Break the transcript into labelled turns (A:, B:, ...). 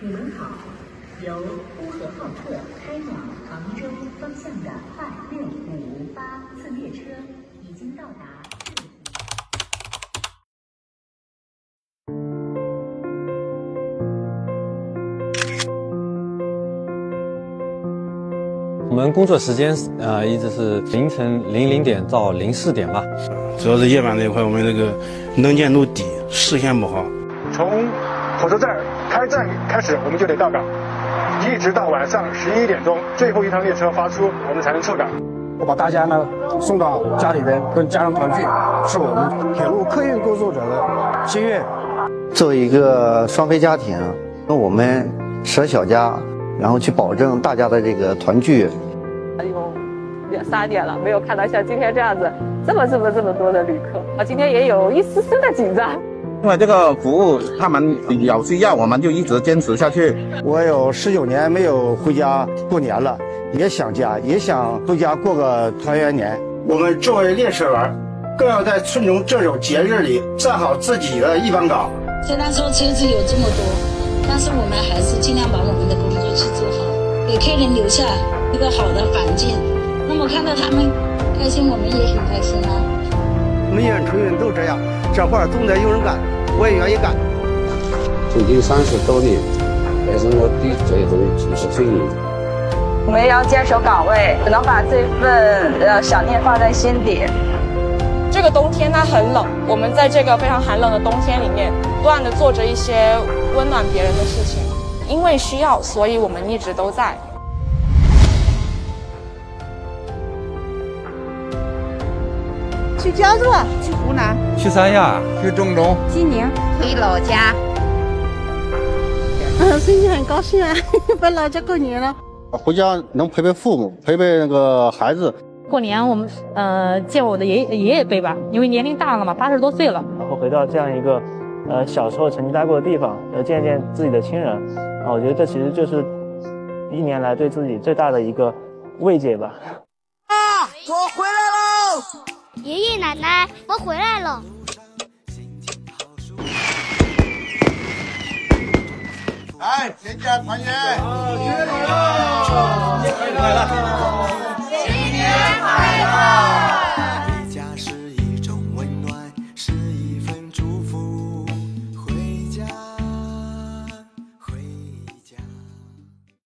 A: 您好，由呼和浩特开往杭州方向的快六五五八次列车已经到达赤湖。
B: 我们工作时间呃一直是凌晨零零点到零四点吧。
C: 主要是夜晚这一块，我们那个能见度低，视线不好。
D: 从火车站开站开始，我们就得到岗，一直到晚上十一点钟，最后一趟列车发出，我们才能撤岗。
E: 我把大家呢送到家里边，跟家人团聚，是我们铁路客运工作者的心愿。
F: 作为一个双非家庭，那我们舍小家，然后去保证大家的这个团聚。
G: 一共两三年了，没有看到像今天这样子这么这么这么多的旅客啊！今天也有一丝丝的紧张。
H: 因为这个服务，他们有需要，我们就一直坚持下去。
E: 我有十九年没有回家过年了，也想家，也想回家过个团圆年。
I: 我们作为列车员，更要在春节这种节日里站好自己的一方岗。
J: 虽然说车子有这么多，但是我们还是尽量把我们的工作去做好，给客人留下一个好的环境。那么看到他们开心，我们也很开心啊。
E: 我们医院成员都这样，这活儿总得有人干，我也愿意干。
K: 已经三十多年，也是我第最后几十岁。
L: 我们要坚守岗位，只能把这份呃想念放在心底。
M: 这个冬天它很冷，我们在这个非常寒冷的冬天里面，不断的做着一些温暖别人的事情。因为需要，所以我们一直都在。
N: 去江浙，去湖南，
O: 去三亚，
P: 去郑州，
Q: 济宁，
R: 回老家。
S: 嗯，最近很高兴啊，回老家过年了。
T: 回家能陪陪父母，陪陪那个孩子。
D: 过年我们呃借我的爷爷爷辈吧，因为年龄大了嘛，八十多岁了。
A: 然后回到这样一个呃小时候曾经待过的地方，要见见自己的亲人啊，我觉得这其实就是一年来对自己最大的一个慰藉吧。
H: 啊，我回来
B: 喽！爷爷奶奶，我回来了。
H: 来，全家团圆！节日快乐！节日快乐！